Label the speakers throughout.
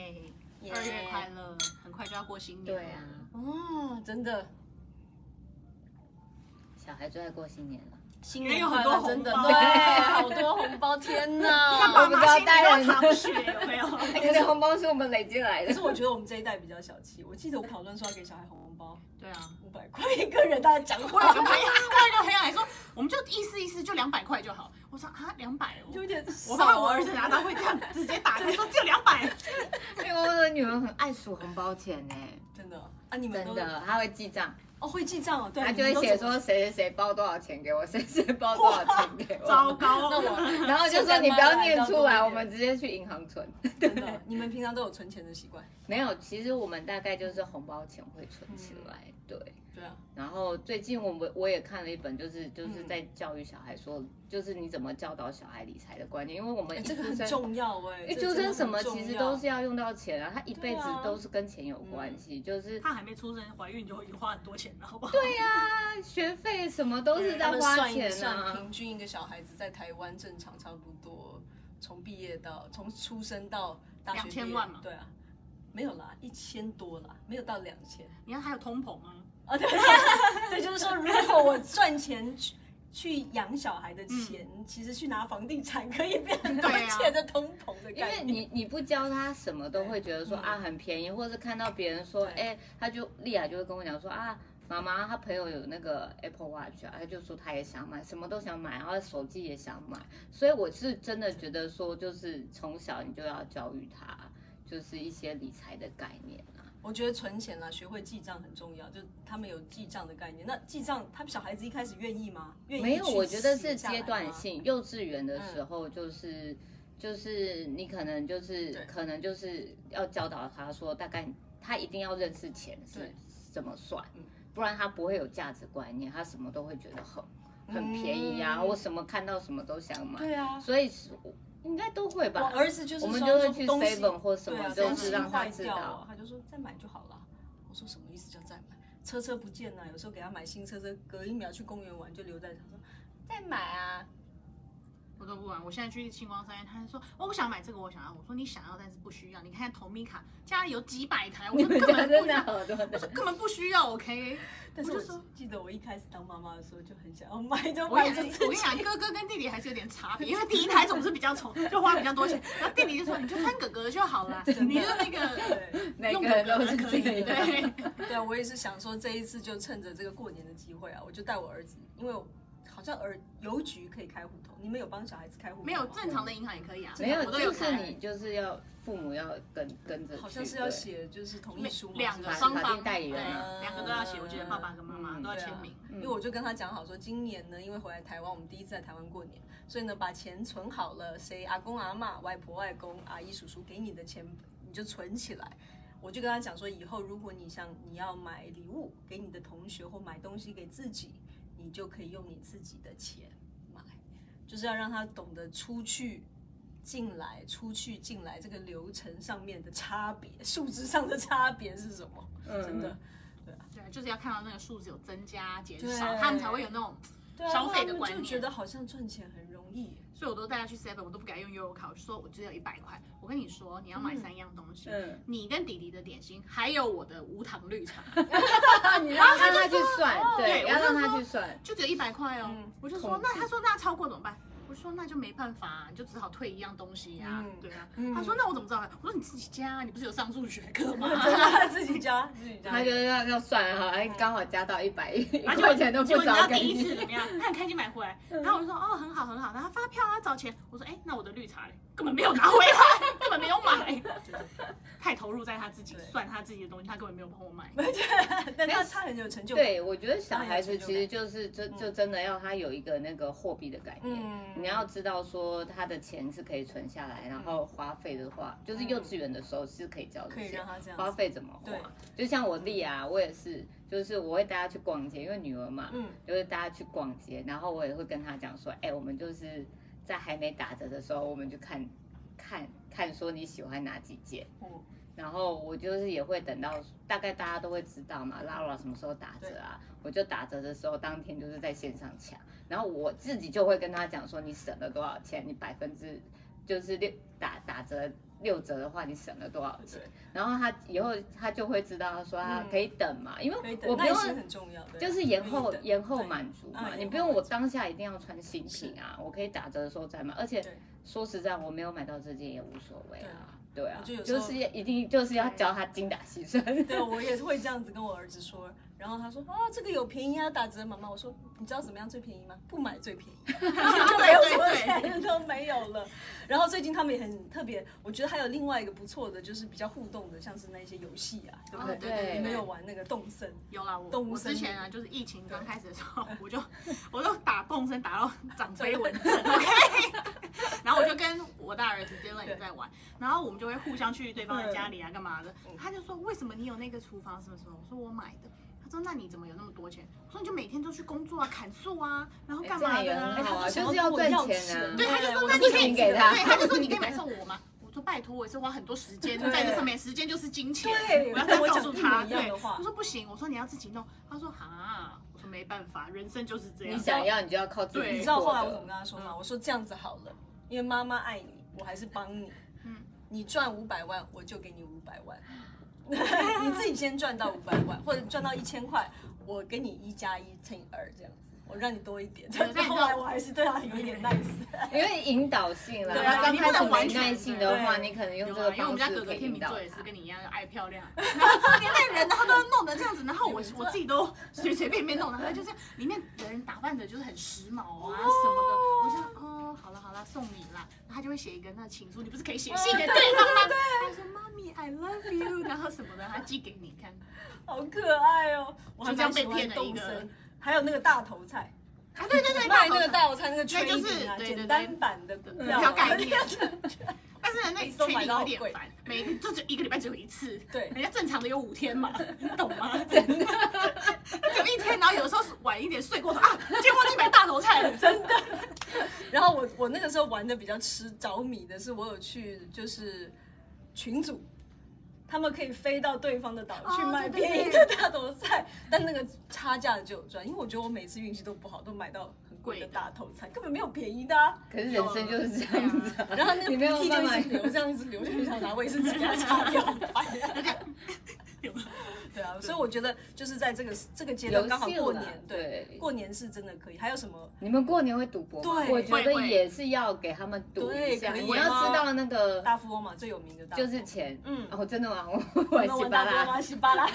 Speaker 1: 耶
Speaker 2: 二月快乐，很快就要过新年了。
Speaker 1: 对啊，
Speaker 2: 哦，真的，
Speaker 1: 小孩最爱过新 年了，
Speaker 2: 新
Speaker 3: 年
Speaker 2: 有很多
Speaker 3: 快乐真的
Speaker 2: 对，好多红包，天哪！
Speaker 1: 我
Speaker 3: 爸
Speaker 1: 不
Speaker 3: 妈心里
Speaker 1: 知道带
Speaker 3: 要
Speaker 1: 人
Speaker 3: 淌血有没有？
Speaker 1: 那个红包是我们累积来
Speaker 4: 可
Speaker 1: 的
Speaker 4: 是。我觉得我们这一代比较小气，我记得我讨论说要给小孩红包
Speaker 2: 对啊，
Speaker 4: 五百块一个人，大家讲
Speaker 2: 我
Speaker 4: 话
Speaker 2: 有个朋友，我有个朋友也说，哎我们就意思意思，就两百块就好。我说啊，两百，
Speaker 4: 就有点少。
Speaker 2: 我怕我儿子拿到会这样直接打开说就两百，
Speaker 1: 因为我的女儿很爱数红包钱呢、
Speaker 4: 真的哦 啊，你们
Speaker 1: 真
Speaker 4: 都
Speaker 1: 的，她会记账，
Speaker 4: 哦会记账哦，对，
Speaker 1: 她就会
Speaker 4: 你们都
Speaker 1: 写
Speaker 4: 怎么
Speaker 1: 说谁谁谁包多少钱给我，谁谁包多少钱给我。
Speaker 2: 糟糕，
Speaker 4: 那我
Speaker 1: 然后就说你不要念出来，我们直接去银行存。
Speaker 4: 真的，你们平常都有存钱的习惯，
Speaker 1: 没有，其实我们大概就是红包钱会存起
Speaker 4: 嗯
Speaker 1: 来，对。
Speaker 4: 对啊，
Speaker 1: 然后最近我们我也看了一本，就是就是
Speaker 4: 嗯
Speaker 1: 在教育小孩说，就是你怎么教导小孩理财的观念，因为我们
Speaker 4: 哎
Speaker 1: 一
Speaker 4: 这个
Speaker 1: 出
Speaker 4: 很
Speaker 1: 生。
Speaker 4: 重要哎，
Speaker 1: 一
Speaker 4: 这
Speaker 1: 出
Speaker 4: 真
Speaker 1: 生
Speaker 4: 的很
Speaker 1: 什么
Speaker 4: 重
Speaker 1: 其实
Speaker 4: 要
Speaker 1: 都是要用到钱啊，他一辈子
Speaker 4: 对啊嗯
Speaker 1: 都是跟钱有关系，就是
Speaker 2: 他还没出生，怀孕就已经花很多钱了，好不好？
Speaker 1: 对呀、 学费什么都是
Speaker 4: 啊他
Speaker 1: 在
Speaker 4: 们
Speaker 1: 花
Speaker 4: 算一
Speaker 1: 钱
Speaker 4: 算，
Speaker 1: 啊。
Speaker 4: 平均一个小孩子在台湾正常差不多，从毕业到从出生到大学毕业
Speaker 2: 2000万嘛
Speaker 4: 对啊，没有啦，一千多啦，没有到两千
Speaker 2: 你看还有通膨啊，
Speaker 4: 啊，对，对，就是说如果我赚钱去。去养小孩的
Speaker 1: 嗯
Speaker 4: 钱，其实去拿房地产可以 变很多
Speaker 2: 对啊
Speaker 4: 钱的通膨的
Speaker 1: 因为
Speaker 4: 概念。
Speaker 1: 你你不教他什么都会觉得说
Speaker 4: 嗯
Speaker 1: 啊很便宜，或者是看到别人说
Speaker 4: 对
Speaker 1: 哎、他就丽雅就会跟我讲说啊妈妈他朋友有那个 Apple Watch 啊，他就说他也想买，什么都想买，然后手机也想买，所以我是真的觉得说就是从小你就要教育他就是一些理财的概念啊。
Speaker 4: 我觉得存钱啦，学会记账很重要，就他们有记账的概念。那记账，他们小孩子一开始愿意吗？愿意
Speaker 1: 没有，
Speaker 4: 去
Speaker 1: 我觉得是
Speaker 4: 写下嗯来
Speaker 1: 阶段
Speaker 4: 吗。
Speaker 1: 性。幼稚园的时候就是、就是你可能就是
Speaker 4: 对
Speaker 1: 可能就是要教导他说，大概他一定要认识钱是
Speaker 4: 对
Speaker 1: 怎么算
Speaker 4: 嗯，
Speaker 1: 不然他不会有价值观念，他什么都会觉得很很便宜啊，
Speaker 4: 嗯
Speaker 1: 我什么看到什么都想买，
Speaker 4: 对啊，
Speaker 1: 所以是应该都会
Speaker 4: 我
Speaker 1: 吧。
Speaker 4: 儿子就是
Speaker 1: 我们
Speaker 4: 说
Speaker 1: 就会去
Speaker 4: 东西
Speaker 1: seven 或什
Speaker 4: 对啊
Speaker 1: 么，
Speaker 4: 东
Speaker 1: 就
Speaker 4: 西
Speaker 1: 是让他
Speaker 4: 坏
Speaker 1: 知
Speaker 4: 掉啊
Speaker 1: 道
Speaker 4: 了，。他就说再买就好了。我说什么意思叫再买？车车不见了，有时候给他买新车车，隔一秒去公园玩就留在。他说再买啊，
Speaker 2: 我都不玩。我现在去星光三月，他就说哦，我想买这个，我想要。我说你想要，但是不需要。你看投米卡家里有几百台，我
Speaker 1: 你
Speaker 2: 说 根本
Speaker 1: 们家 真
Speaker 2: 不
Speaker 1: 的好多
Speaker 2: 我
Speaker 1: 的
Speaker 2: 说，根本不需要，OK？
Speaker 4: 但是
Speaker 2: 我
Speaker 4: 我
Speaker 2: 就说
Speaker 4: 记得我一开始当妈妈的时候就很想要买，就
Speaker 2: 我跟
Speaker 4: 买
Speaker 2: 你
Speaker 4: 着
Speaker 2: 讲，
Speaker 4: 自
Speaker 2: 我跟你
Speaker 4: 己。
Speaker 2: 讲，哥哥跟弟弟还是有点差别，因为第一台总是比较丑，就花比较多钱。然后弟弟就说：“你就穿哥哥的就好 啦，
Speaker 4: 真的
Speaker 2: 你就那个
Speaker 4: 对
Speaker 1: 每
Speaker 2: 用
Speaker 1: 个
Speaker 2: 哥
Speaker 1: 人都
Speaker 2: 哥
Speaker 1: 是
Speaker 2: 的可以。”
Speaker 1: 这样。
Speaker 2: 对，
Speaker 4: 对啊，我也是想说这一次就趁着这个过年的机会啊，我就带我儿子，因为好像儿邮局可以开户头，你们有帮小孩子开户头吗？
Speaker 2: 没有正常的银行也可以啊，
Speaker 1: 没有
Speaker 2: 我，都
Speaker 1: 就
Speaker 2: 开
Speaker 1: 是你就是要父母要跟跟着去，
Speaker 4: 好像是要
Speaker 1: 对
Speaker 4: 写就是同意书嘛，
Speaker 2: 两
Speaker 4: 是
Speaker 2: 个
Speaker 4: 吧
Speaker 1: 法
Speaker 2: 双
Speaker 1: 法
Speaker 2: 方嗯
Speaker 1: 定代理
Speaker 2: 对
Speaker 1: 人啊
Speaker 2: 两个都要写，我觉得爸爸跟妈妈
Speaker 1: 嗯
Speaker 2: 都要
Speaker 4: 对啊
Speaker 2: 签名。
Speaker 1: 嗯
Speaker 4: 因为我就跟他讲好说，今年呢，因为回来台湾，我们第一次在台湾过年，所以呢，把钱存好了，谁阿公阿妈、外婆外公、阿姨叔叔给你的钱，你就存起来。我就跟他讲说，以后如果你想你要买礼物给你的同学或买东西给自己，你就可以用你自己的钱买，就是要让他懂得出去。进来、出去、进来这个流程上面的差别，数值上的差别是什么？
Speaker 1: 嗯
Speaker 4: 真的，
Speaker 2: 对，啊就是要看到那个数字有增加、减
Speaker 4: 对
Speaker 2: 少，他们才会有那种。
Speaker 4: 对啊，
Speaker 2: 消费的
Speaker 4: 他们
Speaker 2: 观
Speaker 4: 就
Speaker 2: 念
Speaker 4: 觉得好像赚钱很容易，
Speaker 2: 所以我都带他去 Seven，我都不给他用 Euro 卡，我就说我只有一百块。我跟你说，你要买三样东西，
Speaker 1: 嗯，
Speaker 2: 你跟弟弟的点心，还有我的无糖绿茶，
Speaker 1: 啊你让他去算，对，
Speaker 2: 对
Speaker 1: 要
Speaker 2: 我就
Speaker 1: 让他去算，
Speaker 2: 就只有一百块哦
Speaker 4: 嗯。
Speaker 2: 我就说
Speaker 1: 统，计
Speaker 2: 那他说那超过怎么办？我说那就没办法啊，你就只好退一样东西呀
Speaker 4: 嗯。
Speaker 2: 对啊
Speaker 4: 嗯。嗯
Speaker 2: 他说那我怎么知道？我说你自己加啊，你不是有上数学课吗？
Speaker 4: 自己加，自己加。
Speaker 1: 他就要要算哈，哎，刚好加到一百一
Speaker 2: 而且
Speaker 1: 块钱都
Speaker 2: 结
Speaker 1: 不
Speaker 2: 果你知
Speaker 1: 少
Speaker 2: 道
Speaker 1: 给
Speaker 2: 第一次
Speaker 1: 你，
Speaker 2: 怎么样？他很开心买回来，
Speaker 4: 嗯
Speaker 2: 然后我就说哦很好很好，然后发票啊找钱，我说哎那我的绿茶嘞根本没有拿回来，根本没有 买，太投入在他自己
Speaker 4: 对
Speaker 2: 算他自己的东西，他根本没有帮我买。
Speaker 4: 但他他很有成就感。
Speaker 1: 哎对，我觉得小孩子其实就是就就真的要他有一个那个货币的概念。
Speaker 4: 嗯
Speaker 1: 你要知道说他的钱是可以存下来，然后花费的话，就是幼稚园的时候是嗯可以教这
Speaker 4: 可以
Speaker 1: 些
Speaker 4: 让他这样子
Speaker 1: 花费怎么
Speaker 4: 对
Speaker 1: 花。就像我弟啊，我也是，就是我会带他去逛街，因为女儿嘛，
Speaker 4: 嗯，
Speaker 1: 就是大家去逛街，然后我也会跟他讲说，哎、我们就是在还没打折的时候，我们就看看看说你喜欢哪几件，
Speaker 4: 嗯
Speaker 1: 然后我就是也会等到大概大家都会知道嘛，拉拉什么时候打折啊，我就打折的时候当天就是在线上抢，然后我自己就会跟他讲说，你省了多少钱，你百分之就是六打打折六折的话，你省了多少钱
Speaker 4: 对？
Speaker 1: 然后他以后他就会知道，他说他
Speaker 4: 嗯
Speaker 1: 可以等嘛，因为
Speaker 4: 可以等
Speaker 1: 我不
Speaker 4: 耐
Speaker 1: 用
Speaker 4: 心很重要，对啊
Speaker 1: 就是延后
Speaker 4: 愿意等
Speaker 1: 延后
Speaker 4: 对
Speaker 1: 满足嘛，
Speaker 4: 嗯
Speaker 1: 你
Speaker 4: 延
Speaker 1: 不
Speaker 4: 后
Speaker 1: 用我
Speaker 4: 满足
Speaker 1: 当下一定要穿新品啊，我可以打折的时候再买。而且
Speaker 4: 对
Speaker 1: 说实在，我没有买到这件也无所谓啊，对啊，
Speaker 4: 我就有时
Speaker 1: 就
Speaker 4: 候
Speaker 1: 是一定就是要教他精打细算。
Speaker 4: 对，啊我也是会这样子跟我儿子说，然后他说啊，这个有便宜啊，打折妈妈。我说你知道怎么样最便宜吗？不买最便 宜，就没有什么钱都没有了。然后最近他们也很特别，我觉得还有另外一个不错的，就是比较互动的，像是那些游戏啊， 对不对？
Speaker 2: 哦对对对
Speaker 4: 你们有玩那个动森，
Speaker 2: 有啦，我
Speaker 4: 动物
Speaker 2: 我
Speaker 4: 森
Speaker 2: 之
Speaker 4: 林
Speaker 2: 前啊，就是疫情刚开始的时候，我就我就打动身打 到长飞蚊症，OK。然 后我就跟我大儿子 Dylan 也在玩，然后我们就会互相去对方的家里啊，干嘛的
Speaker 4: 嗯。
Speaker 2: 他就说为什么你有那个厨房什么什么？我说我买的。他说那你怎么有那么多钱？我说你就每天都去工作啊，砍树啊，然后
Speaker 1: 哎
Speaker 2: 干
Speaker 1: 这样
Speaker 2: 嘛
Speaker 1: 也
Speaker 2: 的啊
Speaker 1: 很好啊就
Speaker 4: 哎他
Speaker 1: 是
Speaker 4: 想
Speaker 1: 要
Speaker 4: 跟我
Speaker 1: 赚钱啊
Speaker 2: 对，他就说
Speaker 4: 我
Speaker 2: 那
Speaker 4: 都
Speaker 2: 你
Speaker 1: 就
Speaker 2: 可
Speaker 1: 钱
Speaker 2: 以
Speaker 1: 给他
Speaker 2: 对，他就说你可以买送我吗？我说拜托，我也是花很多时间
Speaker 4: 对
Speaker 2: 在这上面，时间就是金钱。
Speaker 4: 对
Speaker 2: 我要再
Speaker 4: 我
Speaker 2: 告
Speaker 4: 讲
Speaker 2: 诉
Speaker 4: 一
Speaker 2: 他，
Speaker 4: 模一样
Speaker 2: 对
Speaker 4: 的话
Speaker 2: 我说不行，我说你要自己弄。他说哈，我说没办法，人生就是这
Speaker 1: 你
Speaker 2: 样。
Speaker 1: 想要，你就要靠自己。
Speaker 2: 对
Speaker 4: 你知道后来我怎么跟他说
Speaker 2: 嗯
Speaker 4: 吗？我说这样子好了，因为妈妈爱你，我还是帮你。
Speaker 2: 嗯
Speaker 4: 你赚五百万，我就给你五百万。 你自己先赚到五百万，或者赚到一千块，我给你一加一乘以二这样子，我让你多一点。
Speaker 2: 对
Speaker 4: 但后来我还是对他有一点 nice。
Speaker 1: 因为引导性啦，
Speaker 2: 对
Speaker 1: 他
Speaker 2: 啊
Speaker 1: 刚
Speaker 2: 你不
Speaker 1: 开始
Speaker 2: 能
Speaker 1: 没
Speaker 2: 完全
Speaker 1: 耐心的话，
Speaker 4: 对
Speaker 1: 你可能用
Speaker 2: 有
Speaker 1: 这
Speaker 2: 啊，
Speaker 1: 个
Speaker 2: 因为我
Speaker 1: 方
Speaker 2: 们家
Speaker 1: 式
Speaker 2: 哥
Speaker 1: 可
Speaker 2: 哥
Speaker 1: 以
Speaker 2: 天秤
Speaker 1: 引导
Speaker 2: 座也是
Speaker 1: 他。
Speaker 2: 跟你一样爱漂亮，然后连带人然后都要弄得这样子，然后我我自己都随随便便弄的，然后就是里面人打扮的就是很时髦啊什么的，我就哦好了好了送你啦，然后他就会写一个那情书，你不是可以写信给对方吗？他说妈咪 I love you，然后什么的，他寄给你看，
Speaker 4: 好可爱哦！我还
Speaker 2: 就这样
Speaker 4: 蛮喜
Speaker 2: 被
Speaker 4: 欢
Speaker 2: 骗了一
Speaker 4: 动
Speaker 2: 个
Speaker 4: 身，还有那个大头菜，
Speaker 2: 啊对对对，
Speaker 4: 卖那个
Speaker 2: 大头
Speaker 4: 大头菜那个圈
Speaker 2: 就是
Speaker 4: 啊，
Speaker 2: 对对
Speaker 4: 简
Speaker 2: 对
Speaker 4: 单版的股
Speaker 2: 股
Speaker 4: 票
Speaker 2: 票概念。但是呢，那
Speaker 4: 每次都
Speaker 2: 确
Speaker 4: 买
Speaker 2: 定
Speaker 4: 到
Speaker 2: 有
Speaker 4: 好
Speaker 2: 点
Speaker 4: 贵
Speaker 2: 烦，每个就只一个礼拜只有一次，
Speaker 4: 对
Speaker 2: 人家正常的有五天嘛，你懂吗？真的， 就一天，然后有时候晚一点睡过头啊，今天忘记买大头菜了，真的。
Speaker 4: 然后我我那个时候玩的比较吃着迷的是，我有去就是群组，他们可以飞到对方的岛
Speaker 1: 哦
Speaker 4: 去卖
Speaker 2: 对对
Speaker 4: 便宜
Speaker 2: 对
Speaker 4: 的大头菜，但那个差价就有赚，因为我觉得我每次运气都不好，都买到很
Speaker 2: 贵
Speaker 4: 贵的
Speaker 2: 的
Speaker 4: 大头菜，根本没有便宜的、 啊。
Speaker 1: 可是人生就是这样子啊，
Speaker 4: 然后那个
Speaker 1: 你
Speaker 4: 鼻
Speaker 1: 没有
Speaker 4: 涕就
Speaker 1: 办法
Speaker 4: 一直流，这样一直流，就很想拿卫生纸给它擦掉。 对啊，所以我觉得就是在这个这个阶段，
Speaker 1: 游
Speaker 4: 刚好
Speaker 1: 戏
Speaker 4: 过
Speaker 1: 啦
Speaker 4: 年，对，
Speaker 1: 对，
Speaker 4: 过年是真的可以。还有什么？
Speaker 1: 你们过年会赌博吗？
Speaker 4: 对
Speaker 1: 我觉
Speaker 2: 会
Speaker 1: 得
Speaker 2: 会
Speaker 1: 也是要给他们赌一
Speaker 4: 对
Speaker 1: 下。
Speaker 4: 可以
Speaker 1: 你要知道那个
Speaker 4: 大富翁嘛，最有名的大富
Speaker 1: 就
Speaker 4: 翁
Speaker 1: 是钱，
Speaker 4: 嗯
Speaker 1: 哦，真的吗？我玩
Speaker 4: 那
Speaker 1: 稀
Speaker 4: 玩
Speaker 1: 巴
Speaker 4: 大富
Speaker 1: 拉，
Speaker 4: 翁吗？稀巴拉。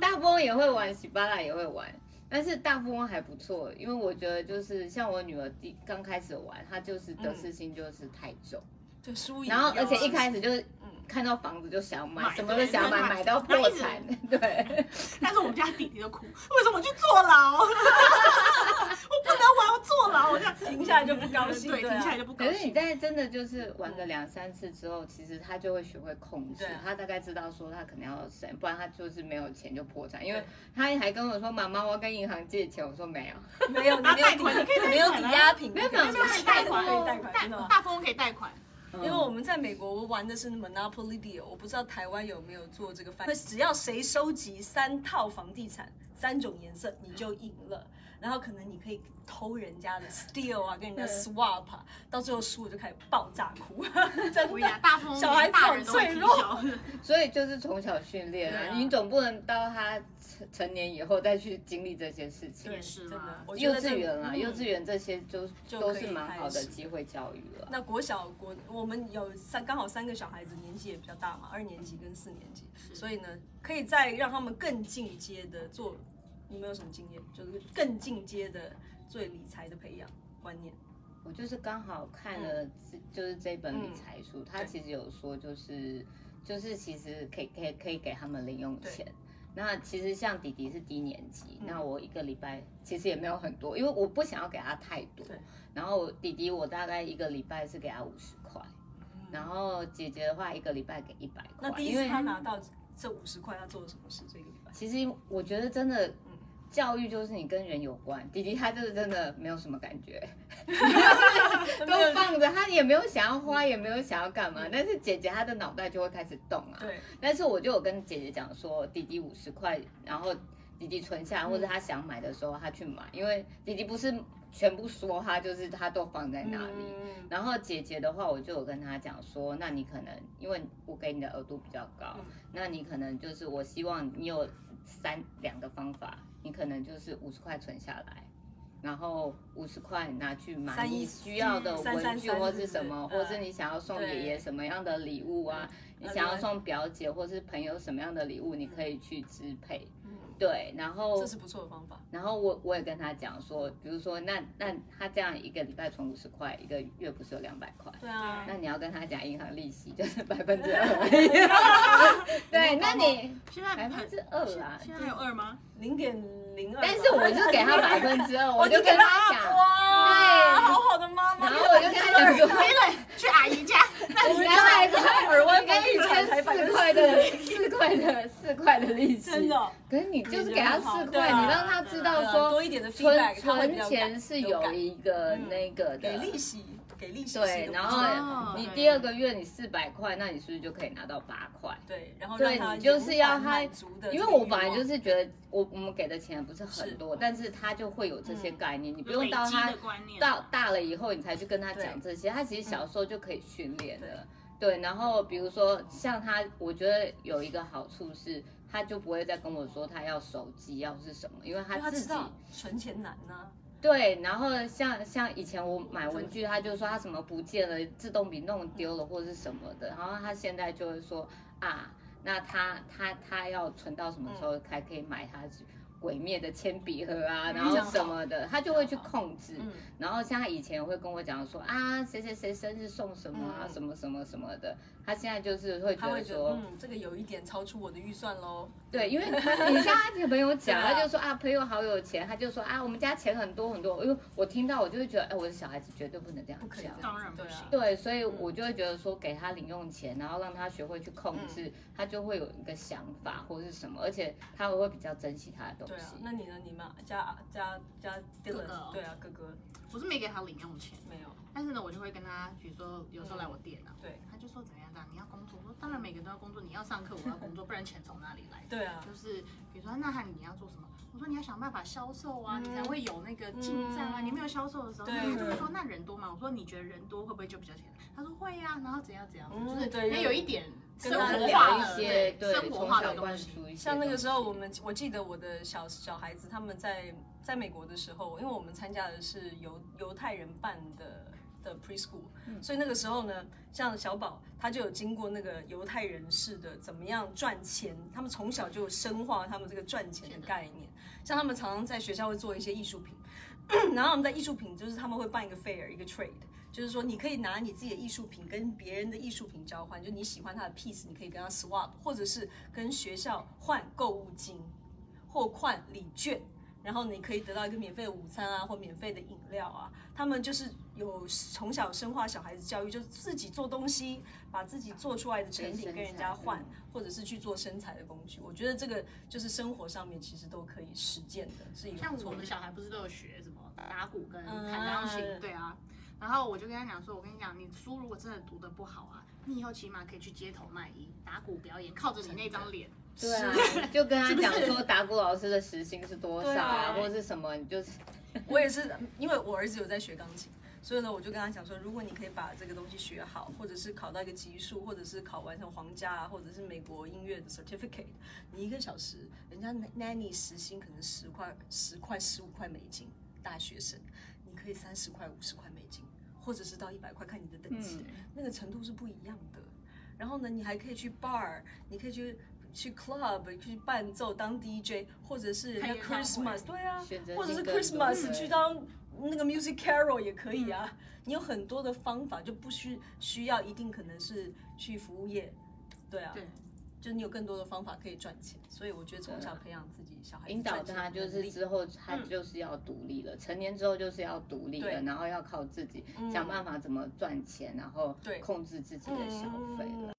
Speaker 1: 大富翁也会玩，喜巴拉也会玩，但是大富翁还不错，因为我觉得就是像我女儿第刚开始玩，她就是得失心就是太重，
Speaker 4: 就输赢
Speaker 1: 然
Speaker 4: 要
Speaker 1: 后
Speaker 4: 啊。
Speaker 1: 而且一开始就是
Speaker 4: 嗯
Speaker 1: 看到房子就想买，
Speaker 2: 买
Speaker 1: 什么都想买，
Speaker 2: 对
Speaker 1: 买到破产，对，
Speaker 2: 但是我们家弟弟就哭，为什么我去坐牢？ 我不能玩，我坐牢，我这样嗯
Speaker 4: 停下来就不高兴
Speaker 2: 对，
Speaker 4: 对啊
Speaker 2: 停下来就不高
Speaker 1: 可是你
Speaker 2: 兴。
Speaker 1: 在真的就是玩个两三次之后，其实他就会学会控制
Speaker 4: 对啊，
Speaker 1: 他大概知道说他可能要省，不然他就是没有钱就破产。因为
Speaker 4: 对
Speaker 1: 他还跟我说：“妈妈，我要跟银行借钱。”我说：“没有。
Speaker 4: 没有，你没有抵押，你啊没有抵押品，
Speaker 1: 没有没有
Speaker 4: 你
Speaker 1: 没
Speaker 4: 可
Speaker 1: 有
Speaker 4: 以
Speaker 2: 可以
Speaker 4: 去
Speaker 2: 贷
Speaker 4: 贷
Speaker 2: 款
Speaker 4: 可以贷
Speaker 2: 哦，
Speaker 4: 款，
Speaker 2: 贷
Speaker 4: 真的吗？
Speaker 2: 大富翁可以贷款，
Speaker 1: 嗯”
Speaker 4: 因为我们在美国玩的是 Monopoly Deal，我不知道台湾有没有做这个翻译。只要谁收集三套房地产，三种颜色，你就赢了。然后可能你可以偷人家的 steal 啊，跟人家 swap 啊，到最后输了就开始爆炸哭，真
Speaker 2: 不一
Speaker 4: 的。
Speaker 2: 样。大富翁
Speaker 4: 小孩子
Speaker 2: 大人都会
Speaker 4: 好脆
Speaker 2: 踢
Speaker 4: 弱
Speaker 2: 球。
Speaker 1: 所以就是从小训练啊，
Speaker 2: 对啊
Speaker 1: 你总不能到他成成年以后再去经历这些事情。
Speaker 2: 也是
Speaker 4: 真的
Speaker 2: 啦，
Speaker 4: 我觉
Speaker 1: 幼
Speaker 4: 得
Speaker 1: 稚
Speaker 4: 这
Speaker 1: 园啊，
Speaker 4: 嗯
Speaker 1: 幼稚园这些就
Speaker 4: 就
Speaker 1: 都
Speaker 4: 可以
Speaker 1: 是蛮好
Speaker 4: 开
Speaker 1: 的
Speaker 4: 始
Speaker 1: 机会教育了。
Speaker 4: 那国小国我们有三刚好三个小孩子年纪也比较大嘛，二年级跟四年级，
Speaker 2: 是
Speaker 4: 所以呢，可以再让他们更进阶的做，你们有什么经验？就是更进阶的做理财的培养观念。
Speaker 1: 我就是刚好看了这，就是这本理财书，它
Speaker 4: 嗯对
Speaker 1: 其实有说就是就是其实可以可以可以给他们零用钱。那其实像弟弟是低年级，
Speaker 4: 嗯
Speaker 1: 那我一个礼拜其实也没有很多，因为我不想要给他太多
Speaker 4: 对。
Speaker 1: 然后我弟弟我大概一个礼拜是给他五十块，然后姐姐的话一个礼拜给一百块。
Speaker 4: 嗯那第一
Speaker 1: 因
Speaker 4: 次
Speaker 1: 为
Speaker 4: 他拿到这五十块，他做了什么事？这个礼拜
Speaker 1: 其实我觉得真
Speaker 4: 嗯
Speaker 1: 的，教育就是你跟人有关。弟弟他就是真的没有什么感觉， 都放着，他也没有想要
Speaker 4: 嗯
Speaker 1: 花，也没有想要干嘛。但是姐姐她的脑袋就会开始动啊。
Speaker 4: 对，
Speaker 1: 但是我就有跟姐姐讲说，弟弟五十块，然后。弟弟存
Speaker 4: 嗯
Speaker 1: 下，或者他想买的时候他去买，因为弟弟不是全部说他就是他都放在那里。
Speaker 4: 嗯
Speaker 1: 然后姐姐的话，我就有跟她讲说，那你可能因为我给你的额度比较高，
Speaker 4: 嗯
Speaker 1: 那你可能就是我希望你有三两个方法，你可能就是五十块存下来，然后五十块拿去买
Speaker 4: 三一
Speaker 1: 你需要的
Speaker 4: 三三
Speaker 1: 文具
Speaker 4: 三
Speaker 1: 或
Speaker 4: 是不
Speaker 1: 是什
Speaker 4: 是
Speaker 1: 么，
Speaker 4: 嗯
Speaker 1: 或是你想要送爷爷
Speaker 4: 对嗯
Speaker 1: 什么样的礼物啊，你
Speaker 4: 那
Speaker 1: 想
Speaker 4: 另
Speaker 1: 要
Speaker 4: 外
Speaker 1: 送表姐或是朋友什么样的礼物，你可以去支配。
Speaker 4: 嗯
Speaker 1: 对，然后
Speaker 4: 这是不错的方法。
Speaker 1: 然后我我也跟他讲说，比如说那那他这样一个礼拜存五十块，一个月不是有两百块？
Speaker 4: 对啊，
Speaker 1: 那你要跟他讲银行利息就是百分之二， 对，那你
Speaker 2: 现在
Speaker 1: 百分之二啊，
Speaker 2: 现在还有二吗？
Speaker 4: 零点零二。
Speaker 1: 但是我就给他百分之二，我就跟他讲，
Speaker 4: 哇，
Speaker 1: 对
Speaker 4: 好好的妈妈
Speaker 1: 然。后我就跟他讲说，
Speaker 2: 没了，去阿姨家。
Speaker 1: 你原来是
Speaker 4: 耳
Speaker 1: 你给你
Speaker 4: 才才
Speaker 1: 四块的四块的四块的利息，
Speaker 4: 真的哦，
Speaker 1: 可是你就是给他四
Speaker 4: 对
Speaker 1: 块，
Speaker 4: 啊
Speaker 1: 你让他知道
Speaker 4: 呃
Speaker 1: 说
Speaker 4: 多一点的 feedback，
Speaker 1: 存
Speaker 4: 他会比
Speaker 1: 存
Speaker 4: 较
Speaker 1: 钱
Speaker 4: 感
Speaker 1: 是
Speaker 4: 有
Speaker 1: 有
Speaker 4: 感
Speaker 1: 一个
Speaker 4: 嗯
Speaker 1: 那个
Speaker 4: 给
Speaker 1: 的。
Speaker 4: 利息，给利息是一
Speaker 1: 对，
Speaker 4: 个
Speaker 1: 然
Speaker 4: 不错的方
Speaker 1: 后
Speaker 4: 法
Speaker 1: 你
Speaker 2: 对
Speaker 1: 第二个月你四百块，那你是不是就可以拿到八块？
Speaker 4: 对，然后
Speaker 1: 对
Speaker 4: 让他
Speaker 1: 你就是要
Speaker 4: 他
Speaker 1: 他，因为我本来就是觉得我我们给的钱不是很多，但是他就会有这些概念，你不用到
Speaker 2: 累
Speaker 1: 他
Speaker 2: 积的观念
Speaker 1: 到大了以后你才去跟他讲这些，他其实小时候就可以训练的。对，然后比如说像他，我觉得有一个好处是，他就不会再跟我说他要手机要是什么，因为
Speaker 4: 因为他
Speaker 1: 自
Speaker 4: 知
Speaker 1: 己
Speaker 4: 道存钱难呐，
Speaker 1: 对，然后像像以前我买文具，他就说他什么不见了，自动笔弄丢了或者是什么的，然后他现在就会说啊，那他他他要存到什么
Speaker 4: 嗯
Speaker 1: 时候才可以买他鬼灭的铅笔盒啊，然后什么的，他就会去控制。
Speaker 4: 嗯，
Speaker 1: 然后像他以前会跟我讲说啊，谁谁谁生日送什么啊，
Speaker 4: 嗯
Speaker 1: 什么什么什么的，他现在就是会
Speaker 4: 他
Speaker 1: 觉
Speaker 4: 会
Speaker 1: 得
Speaker 4: 觉得
Speaker 1: 说，
Speaker 4: 嗯，这个有一点超出我的预算喽，
Speaker 1: 对， 因为他你像他这个朋友讲，
Speaker 4: 对啊
Speaker 1: 他就说啊，朋友好有钱，他就说啊，我们家钱很多很多。因为我听到我就会觉得，哎，我的小孩子绝对不能这样
Speaker 4: 不可以这
Speaker 1: 讲
Speaker 4: 样。
Speaker 2: 当然不
Speaker 4: 对啊
Speaker 2: 行
Speaker 1: 对，所以我就会觉得说，给他零用钱，然后让他学会去控
Speaker 4: 嗯
Speaker 1: 制，他就会有一个想法或是什么，而且他会比较珍惜他的东
Speaker 4: 对啊
Speaker 1: 西，。
Speaker 4: 那你呢？你妈家家家
Speaker 2: 哥哦哥
Speaker 4: 对啊，哥哥
Speaker 2: 我是没给他零用钱，
Speaker 4: 没有，
Speaker 2: 但是呢，我就会跟他，比如说有时候来我店啊，
Speaker 4: 对
Speaker 2: 他就说怎么样怎么样，你要工作，我说当然每个人都要工作，你要上课，我要工作，不然钱从哪里来？
Speaker 4: 对啊，
Speaker 2: 就是比如说，那他你要做什么？我说你要想办法销售啊，
Speaker 4: 嗯
Speaker 2: 你才会有那个进账啊。
Speaker 4: 嗯
Speaker 2: 你没有销售的时候，
Speaker 4: 对
Speaker 2: 那他就会说那人多嘛。我说你觉得人多会不会就比较钱？他说会呀、然后怎样怎样，
Speaker 4: 嗯
Speaker 2: 就是
Speaker 4: 对
Speaker 2: 也有一点生
Speaker 4: 跟啊他
Speaker 2: 活
Speaker 1: 聊
Speaker 2: 化
Speaker 1: 一
Speaker 2: 的
Speaker 1: 些
Speaker 2: 对生活
Speaker 1: 从
Speaker 2: 化
Speaker 1: 小
Speaker 2: 的
Speaker 1: 灌
Speaker 2: 东西。
Speaker 1: 输一些。
Speaker 4: 像那个时候，我，们我记得我的小小孩子他们在在美国的时候，因为我们参加的是犹犹太人办的的 preschool，、所以那个时候呢，像小宝他就有经过那个犹太人士的怎么样赚钱，他们从小就深化他们这个赚钱的概念。像他们常常在学校会做一些艺术品， 然后他们在艺术品就是他们会办一个 fair 一个 trade。就是说，你可以拿你自己的艺术品跟别人的艺术品交换，就你喜欢他的 piece，你可以跟他 swap，或者是跟学校换购物金或换礼券，然后你可以得到一个免费的午餐啊，或免费的饮料啊。他们就是有从小深化小孩子教育，就是自己做东西，把自己做出来的成品
Speaker 1: 可以生产
Speaker 4: 跟人家换
Speaker 1: 嗯，
Speaker 4: 或者是去做身材的工具。我觉得这个就是生活上面其实都可以实践的，是一个
Speaker 2: 像
Speaker 4: 不错
Speaker 2: 我们
Speaker 4: 的
Speaker 2: 小孩不是都有学什么打鼓跟
Speaker 4: 嗯
Speaker 2: 弹钢琴，
Speaker 4: 嗯
Speaker 2: 对啊。然后我就跟他讲说，我跟你讲，你书如果真的读得不好啊，你以后起码可以去街头卖艺、打鼓表演，靠着你那张脸，
Speaker 1: 对啊，就 跟他
Speaker 2: 是不是
Speaker 1: 讲说打鼓老师的时薪是多
Speaker 4: 对
Speaker 1: 少
Speaker 4: 啊
Speaker 1: 啊，或者是什么，你就是
Speaker 4: 我也是，因为我儿子有在学钢琴，所以呢，我就跟他讲说，如果你可以把这个东西学好，或者是考到一个级数，或者是考完成皇家啊，或者是美国音乐的 certificate，你一个小时，人家 nan- nanny 时薪可能十块、十块、十五块美金，大学生，你可以三十块、五十块美金，或者是到一百块，看你的等级。
Speaker 1: 嗯。
Speaker 4: 那个程度是不一样的。然后呢，你还可以去 bar，你可以去去 club 去伴奏当 DJ，或者是人
Speaker 2: 开
Speaker 4: 家
Speaker 2: 演唱会
Speaker 4: Christmas，对啊
Speaker 1: 选择，性
Speaker 4: 或者是
Speaker 1: 更多
Speaker 4: Christmas
Speaker 1: 对嗯
Speaker 4: 去当那个 music carol 也可以啊。你有很多的方法，就不需需要一定可能是去服务业，对啊，
Speaker 2: 对，
Speaker 4: 就你有更多的方法可以赚钱。所以我觉得从
Speaker 1: 对
Speaker 4: 小
Speaker 1: 啊
Speaker 4: 培养自己小孩子
Speaker 1: 引导
Speaker 4: 赚钱的
Speaker 1: 他，就
Speaker 4: 能
Speaker 1: 是
Speaker 4: 力嗯
Speaker 1: 之后他就是要独立了，成年之后就是要独立了，
Speaker 4: 对
Speaker 1: 然后要靠自己
Speaker 4: 嗯
Speaker 1: 想办法怎么赚钱，然后
Speaker 4: 对嗯
Speaker 1: 控制自己的消费了。